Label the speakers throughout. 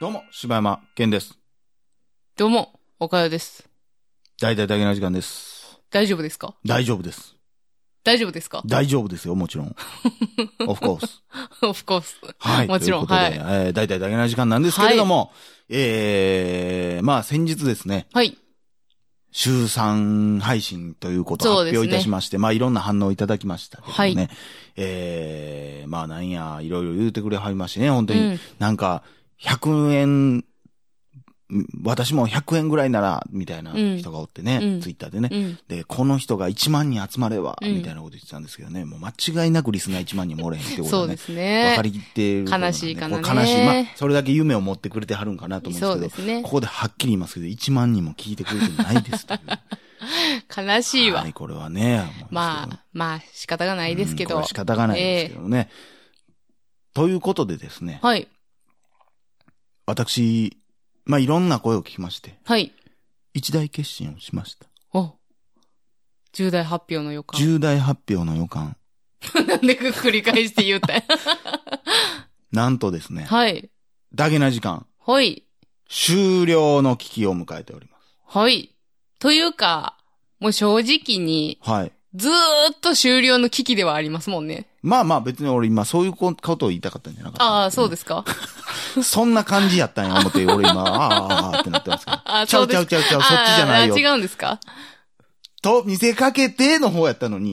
Speaker 1: どうも、柴山健です。
Speaker 2: どうも、岡田です。
Speaker 1: 大体だけの時間です。
Speaker 2: 大丈夫ですか
Speaker 1: 大丈夫です。
Speaker 2: 大丈夫ですか
Speaker 1: 大丈夫ですよ、もちろん。オフコース。
Speaker 2: ?of course.
Speaker 1: はい。
Speaker 2: もちろん
Speaker 1: ということで、えー大体だけの時間なんですけれども、えー、まあ先日ですね、
Speaker 2: はい。
Speaker 1: 週3配信ということを
Speaker 2: そう
Speaker 1: 発
Speaker 2: ですね
Speaker 1: 表いたしまして、まあいろんな反応いただきましたけどね。
Speaker 2: はい
Speaker 1: えー、まあなんや、いろいろ言うてくれはりましてね、本当
Speaker 2: う
Speaker 1: に。
Speaker 2: ん。
Speaker 1: なんか、100円、ん私も100円ぐらいなら、みたいな
Speaker 2: うん
Speaker 1: 人がおってね、
Speaker 2: うん
Speaker 1: ツイッターでね。
Speaker 2: うん。
Speaker 1: で、この人が1万人集まれば、
Speaker 2: うん
Speaker 1: みたいなこと言ってたんですけどね、もう間違いなくリスナー1万人もおれへんってこと
Speaker 2: そ
Speaker 1: は
Speaker 2: うで
Speaker 1: ね。
Speaker 2: す
Speaker 1: わか
Speaker 2: ね。
Speaker 1: りきってることなんで。
Speaker 2: 悲しいかなね
Speaker 1: これ悲しい。まあ、それだけ夢を持ってくれてはるんかなと思
Speaker 2: そう
Speaker 1: うんで
Speaker 2: です
Speaker 1: けど、
Speaker 2: すね
Speaker 1: こ。こではっきり言いますけど、1万人も聞いてくれてないですという。
Speaker 2: 悲 しいわ
Speaker 1: は。い、これはね。
Speaker 2: まあ、まあ、仕方がな
Speaker 1: あ
Speaker 2: いですけど。
Speaker 1: 仕方がないですけどね。ということでですね、
Speaker 2: はい。
Speaker 1: 私、まあいろんな声を聞きまして、
Speaker 2: はい。
Speaker 1: 一大決心をしました。
Speaker 2: お。重大発表の予感。
Speaker 1: 重大発表の予感。
Speaker 2: なんで繰り返し て言うたんや
Speaker 1: なんとですね、
Speaker 2: はい。
Speaker 1: ダゲな時間、
Speaker 2: はい。
Speaker 1: 終了の危機を迎えておりま
Speaker 2: はい。というか、もう正直に、
Speaker 1: す。はい。
Speaker 2: ずーっと終了の危機ではありますもんね。
Speaker 1: まあまあ別に俺今そういうことを言いたかったんじゃなかった。
Speaker 2: ああ、そうですすか。
Speaker 1: けどね。そんな感じやったんや思って、俺今、ああ、ああってなってますけど。
Speaker 2: あ あ、
Speaker 1: ちゃ
Speaker 2: そう
Speaker 1: う
Speaker 2: で
Speaker 1: ちゃ
Speaker 2: す
Speaker 1: うちゃうちゃう、そっちじゃ
Speaker 2: あ
Speaker 1: な
Speaker 2: あ
Speaker 1: いよ。
Speaker 2: 違うんですか
Speaker 1: と見せかけての方やったのに、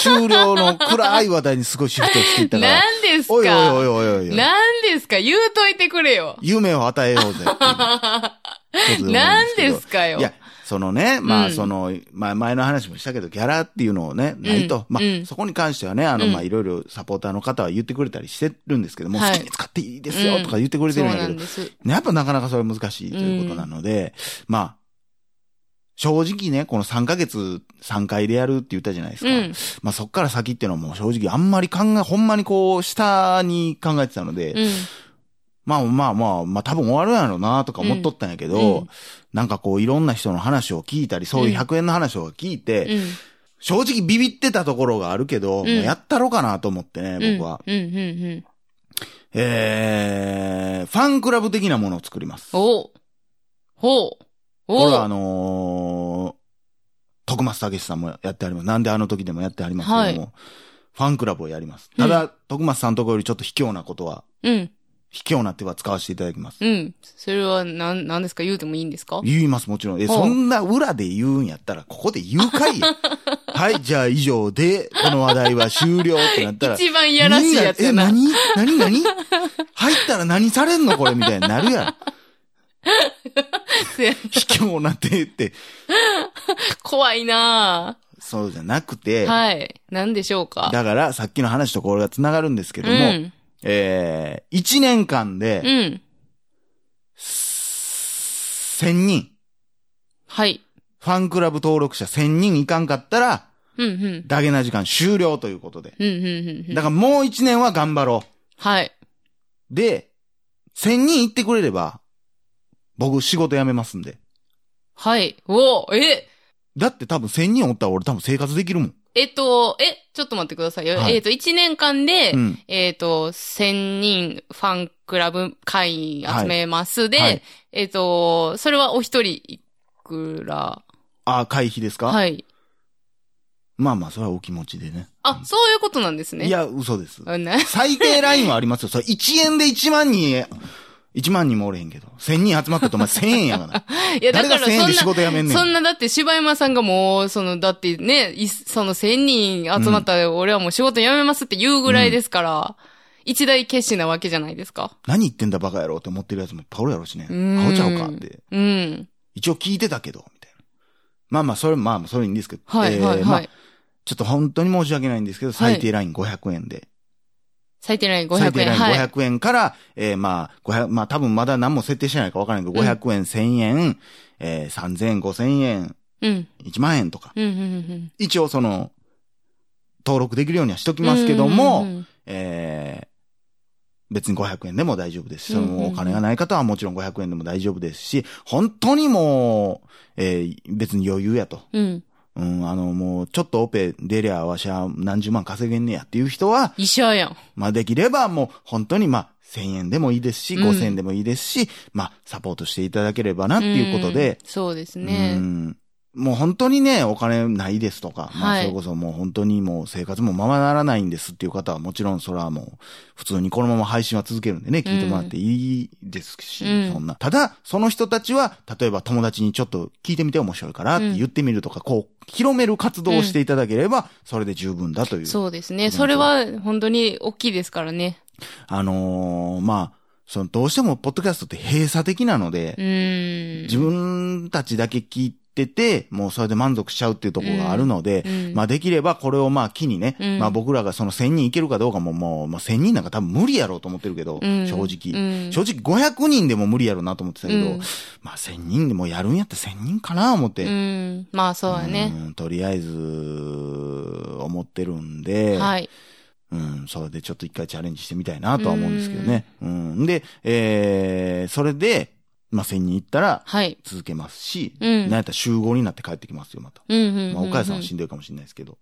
Speaker 1: 終了の暗い話題にすごいシフトしていった から。
Speaker 2: 何ですか
Speaker 1: おいおいおいおいおいおい。
Speaker 2: 何ですか言うといてくれ よ。
Speaker 1: 夢を与えようぜっていうこと 思うん
Speaker 2: 何
Speaker 1: け
Speaker 2: で
Speaker 1: ど
Speaker 2: すかよ。
Speaker 1: いや、そのね、ま
Speaker 2: う
Speaker 1: あ、
Speaker 2: ん
Speaker 1: その、まあ、前の話もしたけど、ギャラっていうのをね、ないと。まあ、
Speaker 2: うん
Speaker 1: そこに関してはね、あの、
Speaker 2: うん
Speaker 1: まあ、いろいろサポーターの方は言ってくれたりしてるんですけど、もう好
Speaker 2: はい
Speaker 1: きに使っていいですよとか言ってくれて
Speaker 2: そう
Speaker 1: るんだ
Speaker 2: な
Speaker 1: け
Speaker 2: ん
Speaker 1: ど、
Speaker 2: です。
Speaker 1: ね、やっぱなかなかそれは難しいということなので、まあ、正直ね、この3ヶ月3回でやるって言ったじゃないです
Speaker 2: う
Speaker 1: か。
Speaker 2: ん。
Speaker 1: まあそっから先っていうのはもう正直あんまり考え、ほんまにこう、下に考えてたので、
Speaker 2: うん。
Speaker 1: まあまあまあ、まあ多分終わるやろうなとか思っとったんやけど、
Speaker 2: うん
Speaker 1: なんかこういろんな人の話を聞いたり、そういう100円の話を聞いて、
Speaker 2: うん。
Speaker 1: 正直ビビってたところがあるけど、
Speaker 2: ん
Speaker 1: もうやったろかなと思ってね、僕は。
Speaker 2: うん、うん、うんうん。
Speaker 1: えー、ファンクラブ的なものを作ります。こ
Speaker 2: おうほう。
Speaker 1: れ
Speaker 2: お
Speaker 1: はあ
Speaker 2: う
Speaker 1: のー、徳松武さんもやってあります。なんであの時でもやってありますけども、
Speaker 2: はい
Speaker 1: ファンクラブをやります。ただ、徳松さんのところよりちょっと卑怯なことは、
Speaker 2: うん。
Speaker 1: 卑怯な手は使わせていただきます。
Speaker 2: うん。それは、なん、なんですか言うてもいいんですか
Speaker 1: 言います、もちろん。え、
Speaker 2: ほう
Speaker 1: そんな裏で言うんやったら、ここで言うかい や。はい、じゃあ以上で、この話題は終了ってなったら。
Speaker 2: 一番いやらしいやつやな。
Speaker 1: みんなえ、何何何入ったら何されんのこれみたいになる やん。卑怯な手って、
Speaker 2: 怖いな
Speaker 1: そうじゃなくて、
Speaker 2: ぁ。はい。なんでしょうか
Speaker 1: だからさっきの話とこれが繋がるんですけど
Speaker 2: う
Speaker 1: も、
Speaker 2: ん。
Speaker 1: えー、1年間
Speaker 2: う
Speaker 1: で、
Speaker 2: ん。
Speaker 1: 1000人、
Speaker 2: はい。
Speaker 1: ファンクラブ登録者1000人いかんかったら、
Speaker 2: うん、うん。
Speaker 1: ダゲな時間終了ということで。
Speaker 2: うん、うん、うん
Speaker 1: だ
Speaker 2: うん。
Speaker 1: からもう一年は頑張ろ
Speaker 2: はい。
Speaker 1: う。で、千人行ってくれれば、僕仕事辞めますんで。
Speaker 2: はい。おうえ
Speaker 1: だって多分千人おったら俺多分生活できるもん。
Speaker 2: えっと、え、ちょっと待ってくださいよ。
Speaker 1: はい
Speaker 2: えっと、1年間で、
Speaker 1: うん。
Speaker 2: えっと、1000人ファンクラブ会員集めます。で、
Speaker 1: はい
Speaker 2: えっと、それはお一人いくら
Speaker 1: ああ、会費ですか
Speaker 2: はい。
Speaker 1: まあまあ、それはお気持ちでね。
Speaker 2: あ、そういうことなんですね。
Speaker 1: い、や、嘘です。
Speaker 2: うんな
Speaker 1: 最低ラインはありますよ。それ1円で1万人、1万人もおれへんけど。千人集まったとお前1000円やがな。
Speaker 2: いや、だ
Speaker 1: 誰
Speaker 2: か
Speaker 1: が
Speaker 2: ら
Speaker 1: 1000円で仕
Speaker 2: そん
Speaker 1: 事辞めんね
Speaker 2: な、
Speaker 1: ん。
Speaker 2: そんなだって柴山さんがもう、その、だってね、いその1000人集まったら俺はもう仕事辞めますって言うぐらいですから、一大決心なわけじゃないですか。
Speaker 1: 何言ってんだバカ野郎って思ってるやつもいっぱいおるやろうしね。
Speaker 2: うーん
Speaker 1: アホちゃうかって。
Speaker 2: うん。
Speaker 1: 一応聞いてたけど、みたいな。まあまあ、それ、まあまあ、それいいんですけど。
Speaker 2: はい、は
Speaker 1: え
Speaker 2: い、
Speaker 1: ーま
Speaker 2: は
Speaker 1: あ
Speaker 2: い。
Speaker 1: ちょっと本当に申し訳ないんですけど、
Speaker 2: はい
Speaker 1: 最低ライン500円で。
Speaker 2: 最低ライン500円。
Speaker 1: 最低ライン
Speaker 2: はい。
Speaker 1: 500円から、えーまあ、500、まあ多分まだ何も設定してないか分からないけど、
Speaker 2: うん
Speaker 1: 500円、1000円、えー3000円、5000円、
Speaker 2: うん。
Speaker 1: 1万円とか。
Speaker 2: うん、うん、うん。
Speaker 1: 一応その、登録できるようにはしときますけども、
Speaker 2: うんうんうん
Speaker 1: えー別に500円でも大丈夫ですし、そ
Speaker 2: うんうん
Speaker 1: の
Speaker 2: う
Speaker 1: お
Speaker 2: ん
Speaker 1: 金がない方はもちろん500円でも大丈夫ですし、本当にもう、えー別に余裕やと。
Speaker 2: うん。
Speaker 1: うん、あの、もう、ちょっとオペ出りゃ、わしは何十万稼げんねやっていう人は、
Speaker 2: 医者やん。
Speaker 1: まあ、できればもう、本当にまあ、1000円でもいいですし、
Speaker 2: うん
Speaker 1: 5000円でもいいですし、まあ、サポートしていただければなっていうことで、
Speaker 2: うん。そうです
Speaker 1: う
Speaker 2: ね。
Speaker 1: んもう本当にね、お金ないですとか、ま
Speaker 2: は
Speaker 1: あ
Speaker 2: い
Speaker 1: それこそもう本当にもう生活もままならないんですっていう方はもちろんそれはもう普通にこのまま配信は続けるんでね、聞いてもらっていいですし、
Speaker 2: うん
Speaker 1: そんな。ただ、その人たちは、例えば友達にちょっと聞いてみて面白いからって言ってみるとか、こう、広める活動をしていただければ、それで十分だという。
Speaker 2: そうですね。それは本当に大きいですからね。
Speaker 1: あのーまあ、そのどうしてもポッドキャストって閉鎖的なので、
Speaker 2: うん。
Speaker 1: 自分たちだけ聞いてて、もうそれで満足しちゃうっていうところがあるので、
Speaker 2: うん
Speaker 1: まあできればこれをまあ機にね、
Speaker 2: うん
Speaker 1: まあ僕らがその1000人いけるかどうかももう、まあ1000人なんか多分無理やろうと思ってるけど、
Speaker 2: うん
Speaker 1: 正直。
Speaker 2: うん
Speaker 1: 正直500人でも無理やろうなと思ってたけど、
Speaker 2: うん
Speaker 1: まあ1000人でもやるんやったら1000人かな思って。
Speaker 2: うん。まあそうだね。
Speaker 1: うんとりあえず、思ってるんで、
Speaker 2: はい。
Speaker 1: うん、それでちょっと一回チャレンジしてみたいなとは思うんですけどね。うん、で、えー、それで、まあ1000人いったら、
Speaker 2: はい。
Speaker 1: 続けますし、
Speaker 2: うん
Speaker 1: なんやったら集合になって帰ってきますよ、また。
Speaker 2: うんうんうんうん。
Speaker 1: まあ、岡谷さんはしんどいかもしれないですけど、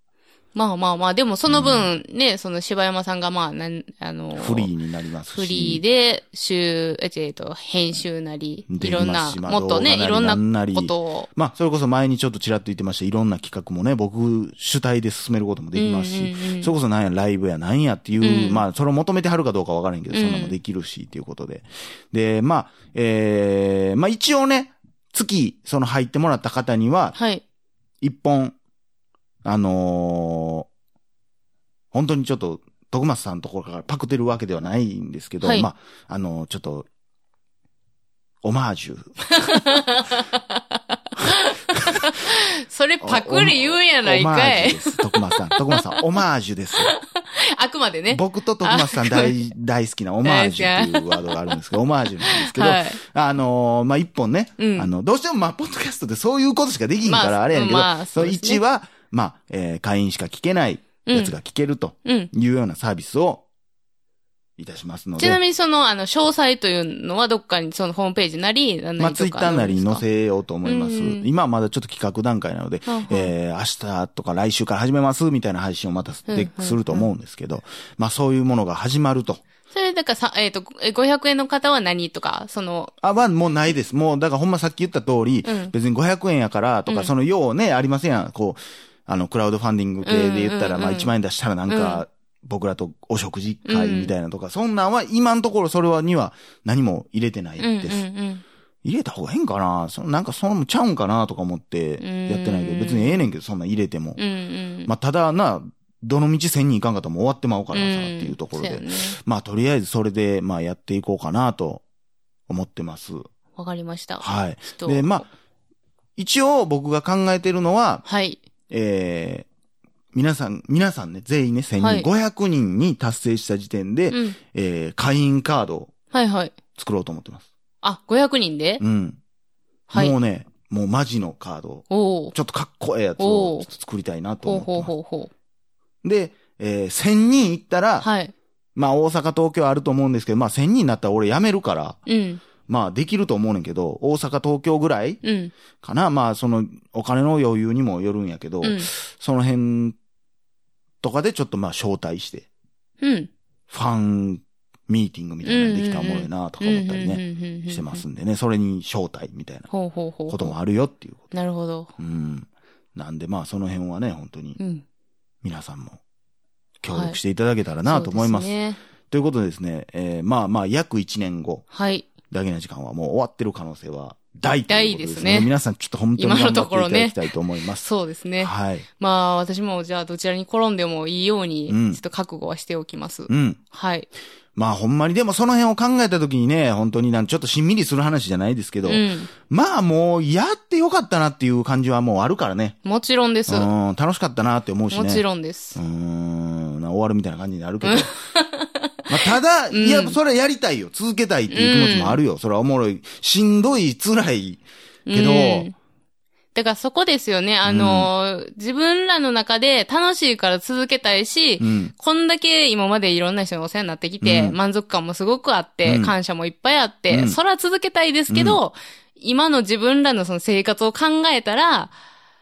Speaker 2: まあまあまあ、でもその分、ね、その柴山さんがまあ、なん、あの、
Speaker 1: フリーになりますし。
Speaker 2: フリーで、週、ええっと、編集なり、
Speaker 1: で
Speaker 2: いろんな、
Speaker 1: きますしまあ
Speaker 2: もっとね、い
Speaker 1: 動
Speaker 2: ろん
Speaker 1: 画りん
Speaker 2: な
Speaker 1: なり
Speaker 2: ことを。
Speaker 1: まあ、それこそ前にちょっとちらっと言ってました、いろんな企画もね、僕主体で進めることもできますし、
Speaker 2: うんうんうん
Speaker 1: それこそなんや、ライブやなんやっていう、
Speaker 2: うん
Speaker 1: まあ、それを求めてはるかどうかわからへんけど、そんなもできるし、っていうことで。で、まあ、えー、まあ一応ね、月、その入ってもらった方には、
Speaker 2: はい。
Speaker 1: 一本、あのー本当にちょっと、徳松さんのところからパクってるわけではないんですけど、
Speaker 2: はい
Speaker 1: まあ、あのーちょっと、オマージュ。
Speaker 2: それパクリ言うんやない
Speaker 1: オマ
Speaker 2: か
Speaker 1: ージュ
Speaker 2: い
Speaker 1: で。す。徳松さん。徳松さん、オマージュです。
Speaker 2: あくまでね。
Speaker 1: 僕と徳松さん 大、大好きなオマージュっていうワードがあるんですけど、オマージュなんですけど、
Speaker 2: はい。
Speaker 1: あのーまあ、一本ね、
Speaker 2: うん
Speaker 1: あの、どうしてもまあ、ポッドキャストでそういうことしかできんから、
Speaker 2: まあ
Speaker 1: あれやねんけど、
Speaker 2: まあ
Speaker 1: そ
Speaker 2: そう
Speaker 1: の
Speaker 2: ですね
Speaker 1: 1は、まあ、えー会員しか聞けないやつが聞けると。
Speaker 2: うん。
Speaker 1: いうようなサービスをいたしますので。
Speaker 2: ちなみにその、あの、詳細というのはどっかに、そのホームページなり、なん
Speaker 1: ま
Speaker 2: な
Speaker 1: あ、
Speaker 2: り
Speaker 1: ツ
Speaker 2: と
Speaker 1: イッ
Speaker 2: か
Speaker 1: ター
Speaker 2: あ
Speaker 1: な
Speaker 2: るん
Speaker 1: り
Speaker 2: です
Speaker 1: に
Speaker 2: か
Speaker 1: 載せようと思います。
Speaker 2: うんうん
Speaker 1: 今はまだちょっと企画段階なので、
Speaker 2: はあはあ
Speaker 1: えー、明日とか来週から始めますみたいな配信をまたす,、
Speaker 2: うんうん
Speaker 1: すると思うんですけど、まあ、そういうものが始まると。
Speaker 2: それ、だからさ、えっと、え500円の方は何とか、その、
Speaker 1: あ、は、もうないです。もう、だからほんまさっき言った通り、
Speaker 2: うん
Speaker 1: 別に500円やからとか、
Speaker 2: うん
Speaker 1: そのようね、ありませんやん。こう、あの、クラウドファンディング系で言ったら、
Speaker 2: うんうんうん
Speaker 1: まあ1万円出したらなんか、僕らとお食事会みたいなとか、そんなんは今のところそれはには何も入れてない
Speaker 2: うんうん
Speaker 1: です。
Speaker 2: うん。
Speaker 1: 入れた方がええんかなそのなんかそのもちゃうんかなとか思ってやってないけ
Speaker 2: う
Speaker 1: ど、
Speaker 2: ん
Speaker 1: 別にええねんけど、そんなん入れても。
Speaker 2: うんうん。
Speaker 1: まあ、ただな、どの道千人いかんかったらもう終わってまうからさ、っていうところ
Speaker 2: んそう
Speaker 1: で。
Speaker 2: やね
Speaker 1: まあ、とりあえずそれで、まあ、やっていこうかなと思ってます。
Speaker 2: わかりました。
Speaker 1: はい。
Speaker 2: ちょっと
Speaker 1: で、まあ、一応僕が考えてるのは、
Speaker 2: はい。
Speaker 1: えー、皆さん、皆さんね、全員ね、千人、
Speaker 2: はい
Speaker 1: 500人に達成した時点で、
Speaker 2: うん。
Speaker 1: えー、会員カードを
Speaker 2: はいはい。
Speaker 1: 作ろうと思ってます。
Speaker 2: あ、500人で
Speaker 1: うん。
Speaker 2: はい
Speaker 1: もうね、もうマジのカードを
Speaker 2: おお。
Speaker 1: ちょっとかっこええやつをちょっと作りたいなと
Speaker 2: ほう
Speaker 1: 思って
Speaker 2: ほう
Speaker 1: ます。
Speaker 2: ほうほ
Speaker 1: で、えー1000人行った
Speaker 2: う。
Speaker 1: ら、
Speaker 2: はい。
Speaker 1: まあ大阪、東京あると思うんですけど、まあ1000人になったら俺辞めるから、
Speaker 2: うん。
Speaker 1: まあできると思うねんけど、大阪、東京ぐらい
Speaker 2: うん。
Speaker 1: かなまあそのお金の余裕にもよるんやけど、
Speaker 2: うん。
Speaker 1: その辺とかでちょっとまあ招待して、
Speaker 2: うん。
Speaker 1: ファンミーティングみたいなのできたらおもろいなとか思ったりね、
Speaker 2: ね
Speaker 1: してま。すんでね、それに招待みたいな
Speaker 2: ほうほうほう。
Speaker 1: こともあるよっていうこ
Speaker 2: なるほど。
Speaker 1: と。うん。なんでまあその辺はね、本当に
Speaker 2: うん。
Speaker 1: 皆さんも協力していただけたらなと思います。
Speaker 2: そうでね
Speaker 1: ということでですね、えーまあまあ約1年後
Speaker 2: はい。
Speaker 1: だけの時間はもう終わってる可能性は大ということですね。
Speaker 2: 大ですね
Speaker 1: 皆さんちょっと本当に
Speaker 2: 今
Speaker 1: 頑
Speaker 2: の
Speaker 1: 張
Speaker 2: と
Speaker 1: って
Speaker 2: こ
Speaker 1: いた
Speaker 2: ろね
Speaker 1: だきたいと思います。
Speaker 2: そうですね。
Speaker 1: はい。
Speaker 2: まあ、私も、じゃあ、どちらに転んでもいいように、
Speaker 1: うん
Speaker 2: ちょっと覚悟はしておきます。
Speaker 1: うん。
Speaker 2: はい。
Speaker 1: まあほんまにでもその辺を考えた時にね、本当になんちょっとしんみりする話じゃないですけ
Speaker 2: う
Speaker 1: ど、
Speaker 2: ん。
Speaker 1: まあもうやってよかったなっていう感じはもうあるからね。
Speaker 2: もちろんです。も
Speaker 1: うん、楽しかったなって思うしね。
Speaker 2: ち
Speaker 1: ん。
Speaker 2: ろんです
Speaker 1: うー。ん、な終わるみたいな感じになるけ ど。まあ、ただ、いや、それはやりたいよ。続けたいっていう気持ちもあるよ。それはおもろい。しんどい、辛い。けど、
Speaker 2: うんだからそこですよね。あのー、自分らの中で楽しいから続けたいし、
Speaker 1: うん。
Speaker 2: こんだけ今までいろんな人にお世話になってきて、
Speaker 1: うん
Speaker 2: 満足感もすごくあっ
Speaker 1: う
Speaker 2: て、
Speaker 1: ん
Speaker 2: 感謝もいっぱいあって、
Speaker 1: うん
Speaker 2: それは続けたいですけど、今の自分らのその生活を考えたら、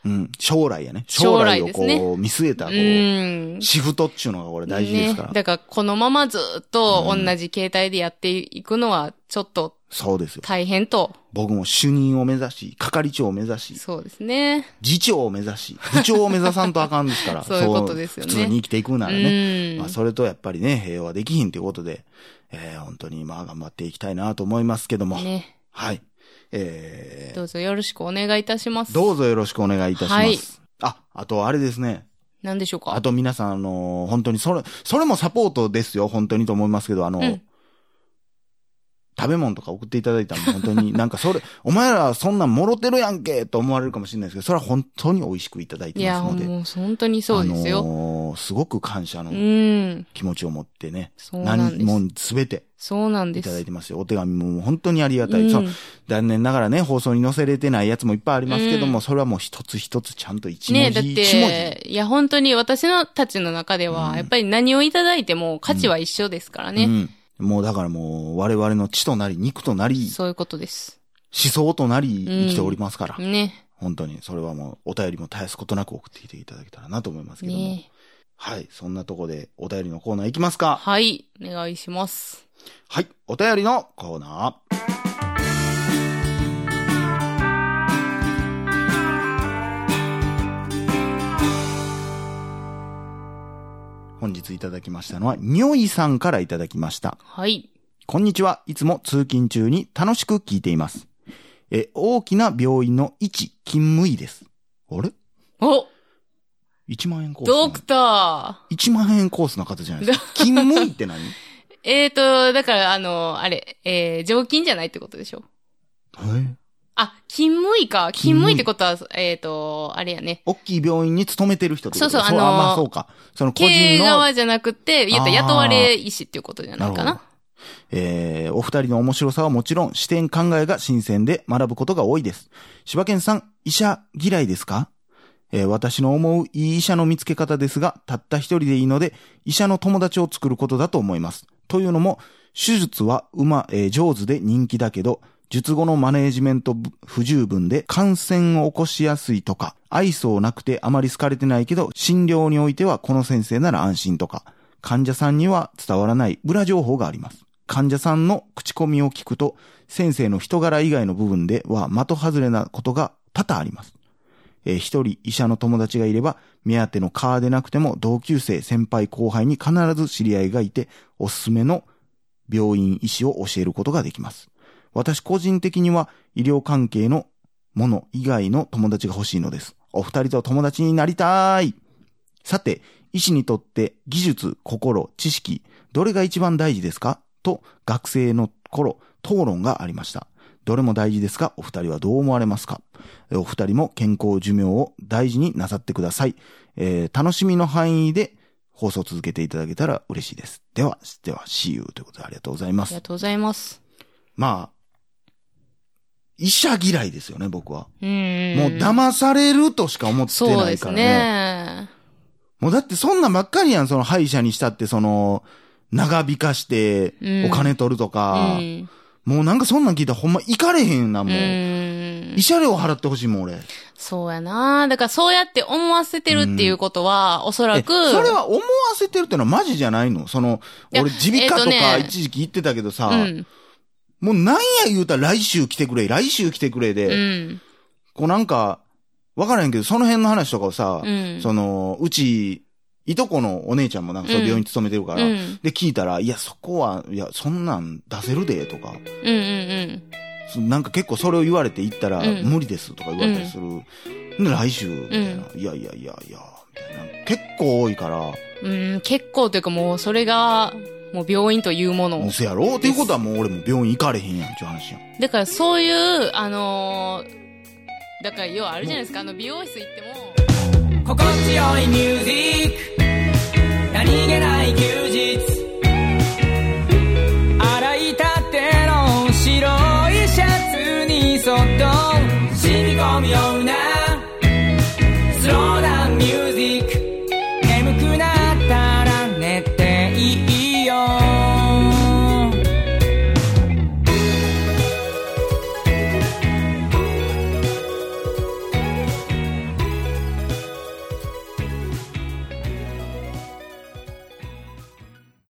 Speaker 1: うん。将来やね。将
Speaker 2: 将
Speaker 1: 来
Speaker 2: 来
Speaker 1: を
Speaker 2: です
Speaker 1: こう、
Speaker 2: ね
Speaker 1: 見据えた、こ
Speaker 2: う
Speaker 1: う、
Speaker 2: ん。
Speaker 1: シフトっちゅうのがこれ大事ですから。
Speaker 2: ね、だから、このままずっと同じ携帯でやっていくのは、ちょっと
Speaker 1: そうですよ。
Speaker 2: 大変と。
Speaker 1: 僕も主任を目指し、係長を目指し、
Speaker 2: そうですね。
Speaker 1: 議長を目指し、部長を目指さんとあかんですから。
Speaker 2: そういうことですよね
Speaker 1: そう普通に生きていくならね。
Speaker 2: うん。
Speaker 1: まあ、それとやっぱりね、平和できひんということで、えー本当にまあ頑張っていきたいなと思いますけども。
Speaker 2: ね。
Speaker 1: はい。え
Speaker 2: どうぞよろしくお願いいたします。
Speaker 1: ー、どうぞよろしくお願いいたします。
Speaker 2: はい
Speaker 1: あ、あとあれですね。
Speaker 2: なんでしょうか
Speaker 1: あと皆さん、あのー本当にそれ、それもサポートですよ、本当にと思いますけど、あのー
Speaker 2: うん
Speaker 1: 食べ物とか送っていただいたら本当に、 なんかそれ、お前らそんなんもろてるやんけと思われるかもしれないですけど、それは本当に美味しくいただい
Speaker 2: い
Speaker 1: て
Speaker 2: や、
Speaker 1: ますので。
Speaker 2: もう本当にそうです
Speaker 1: あ
Speaker 2: よ。
Speaker 1: のーすごく感謝の
Speaker 2: うん。
Speaker 1: 気持ちを持ってね、
Speaker 2: そうなん
Speaker 1: 何
Speaker 2: です。
Speaker 1: もすべて
Speaker 2: そうなんで
Speaker 1: いただ
Speaker 2: す
Speaker 1: い。てますよ。お手紙も本当にありがたい。
Speaker 2: うん
Speaker 1: その残念ながらね、放送に載せれてないやつもいっぱいありますけども、
Speaker 2: うん
Speaker 1: それはもう一つ一つちゃんと一
Speaker 2: ねえ、
Speaker 1: 文字、
Speaker 2: だっ
Speaker 1: 一文字
Speaker 2: て、いや、本当に私のたちの中では、
Speaker 1: うん
Speaker 2: やっぱり何をいただいても価値は一緒ですからね。
Speaker 1: うん。もうだからもう、我々の血となり、肉となり、
Speaker 2: そういうことです。
Speaker 1: 思想となり、生きておりますから、
Speaker 2: ね。
Speaker 1: 本当に、それはもう、お便りも絶やすことなく送ってきていただけたらなと思いますけども。
Speaker 2: ね
Speaker 1: はい。そんなとこで、お便りのコーナーいきますか。
Speaker 2: はい。お願いします。
Speaker 1: はい。お便りのコーナー。本日いただきましたのは、にょいさんからいただきました。
Speaker 2: はい。
Speaker 1: こんにちは。いつも通勤中に楽しく聞いています。え、大きな病院の一勤務医です。あれ
Speaker 2: お
Speaker 1: ?1 万円コースなの。
Speaker 2: ドクター
Speaker 1: 1万円コースの方じゃないですか。勤務医って何
Speaker 2: えーと、だから、あの、あれ、えー、常勤じゃないってことでしょ
Speaker 1: はい。
Speaker 2: あ、勤務医か。勤
Speaker 1: 勤務
Speaker 2: 務
Speaker 1: 医
Speaker 2: 医ってことは、えーと、あれやね。
Speaker 1: 大きい病院に勤めてる人ってこと
Speaker 2: そうそうあのー
Speaker 1: まあそうか。その個
Speaker 2: 経
Speaker 1: 人
Speaker 2: 営
Speaker 1: の、
Speaker 2: 側じゃなくて、言ったら
Speaker 1: あー
Speaker 2: 雇われ医師っていうことじゃないか
Speaker 1: なる
Speaker 2: な。
Speaker 1: えー、お二人の面白さはもちろん視点考えが新鮮で学ぶことが多いです。柴犬さん、医者嫌いですかえー私の思ういい医者の見つけ方ですが、たった一人でいいので、医者の友達を作ることだと思います。というのも、手術はうま、えー上手で人気だけど、術後のマネージメント不不十分で感染を起こしやすいとか、愛想なくてあまり好かれてないけど、診療においてはこの先生なら安心とか、患者さんには伝わらない裏情報があります。患者さんの口コミを聞くと、先生の人柄以外の部分では的外れなことが多々あります。えー一人医者の友達がいれば、目当てのカーでなくても同級生、先輩、後輩に必ず知り合いがいて、おすすめの病院医師を教えることができます。私個人的には医療関係のもの以外の友達が欲しいのです。お二人と友達になりたい。さて、医師にとって技術、心、知識、どれが一番大事ですかと学生の頃、討論がありました。どれも大事ですが、お二人はどう思われますかえお二人も健康寿命を大事になさってください。えー楽しみの範囲で放送を続けていただけたら嬉しいです。では、では、See you ということでありがとうございま
Speaker 2: あり
Speaker 1: す
Speaker 2: が。とうございます。
Speaker 1: まあ、医者嫌いですよね、僕は。
Speaker 2: うんん。
Speaker 1: もう騙されるとしか思って
Speaker 2: そう
Speaker 1: な
Speaker 2: で
Speaker 1: いか
Speaker 2: す
Speaker 1: らね。
Speaker 2: ね。
Speaker 1: もうだってそんなんばっかりやん、その歯医者にしたって、その、長引かして
Speaker 2: うん
Speaker 1: お金取るとか
Speaker 2: う、ん。
Speaker 1: もうなんかそんなん聞いたらほんま行かれへんな、もう。
Speaker 2: うん
Speaker 1: 医。者料払ってほしいもん、俺。
Speaker 2: そうやな。だからそうやって思わせてるっていうことは、おそら
Speaker 1: え
Speaker 2: く、
Speaker 1: それは思わせてるってのはマジじゃないのその、
Speaker 2: いや
Speaker 1: 俺、耳鼻科と
Speaker 2: えっ
Speaker 1: か
Speaker 2: とね
Speaker 1: 一時期行ってたけどさ、
Speaker 2: うん。
Speaker 1: もうなんや言うたら来週来てくれ、来週来てくれで、
Speaker 2: うん。
Speaker 1: こうなんか、わからへんけど、その辺の話とかをさ、
Speaker 2: うん。
Speaker 1: その、うち、いとこのお姉ちゃんもなんかそう
Speaker 2: うん
Speaker 1: 病院勤めてるから、
Speaker 2: うん。
Speaker 1: で、聞いたら、いや、そこは、いや、そんなん出せるで、とか、
Speaker 2: うんうん
Speaker 1: そなんか結構それを言われて行ったら、
Speaker 2: うん
Speaker 1: 無理です、とか言われたりする。で、来週、みたいな、いやいやいやいや、みたいな。結構多いから、
Speaker 2: うん。うん、結構というかもう、それが、もう病院というもの
Speaker 1: もう。せやろっていうことはもう俺も病院行かれへんやん、ちゅう話やん。
Speaker 2: だからそういう、あのーだから要はあるじゃないですか、あの美容室行っても。
Speaker 3: 心地よいミュージック何気ない休日洗いたての白いシャツにそっと染み込むようなスローダウンミュージック眠くなったら寝ていい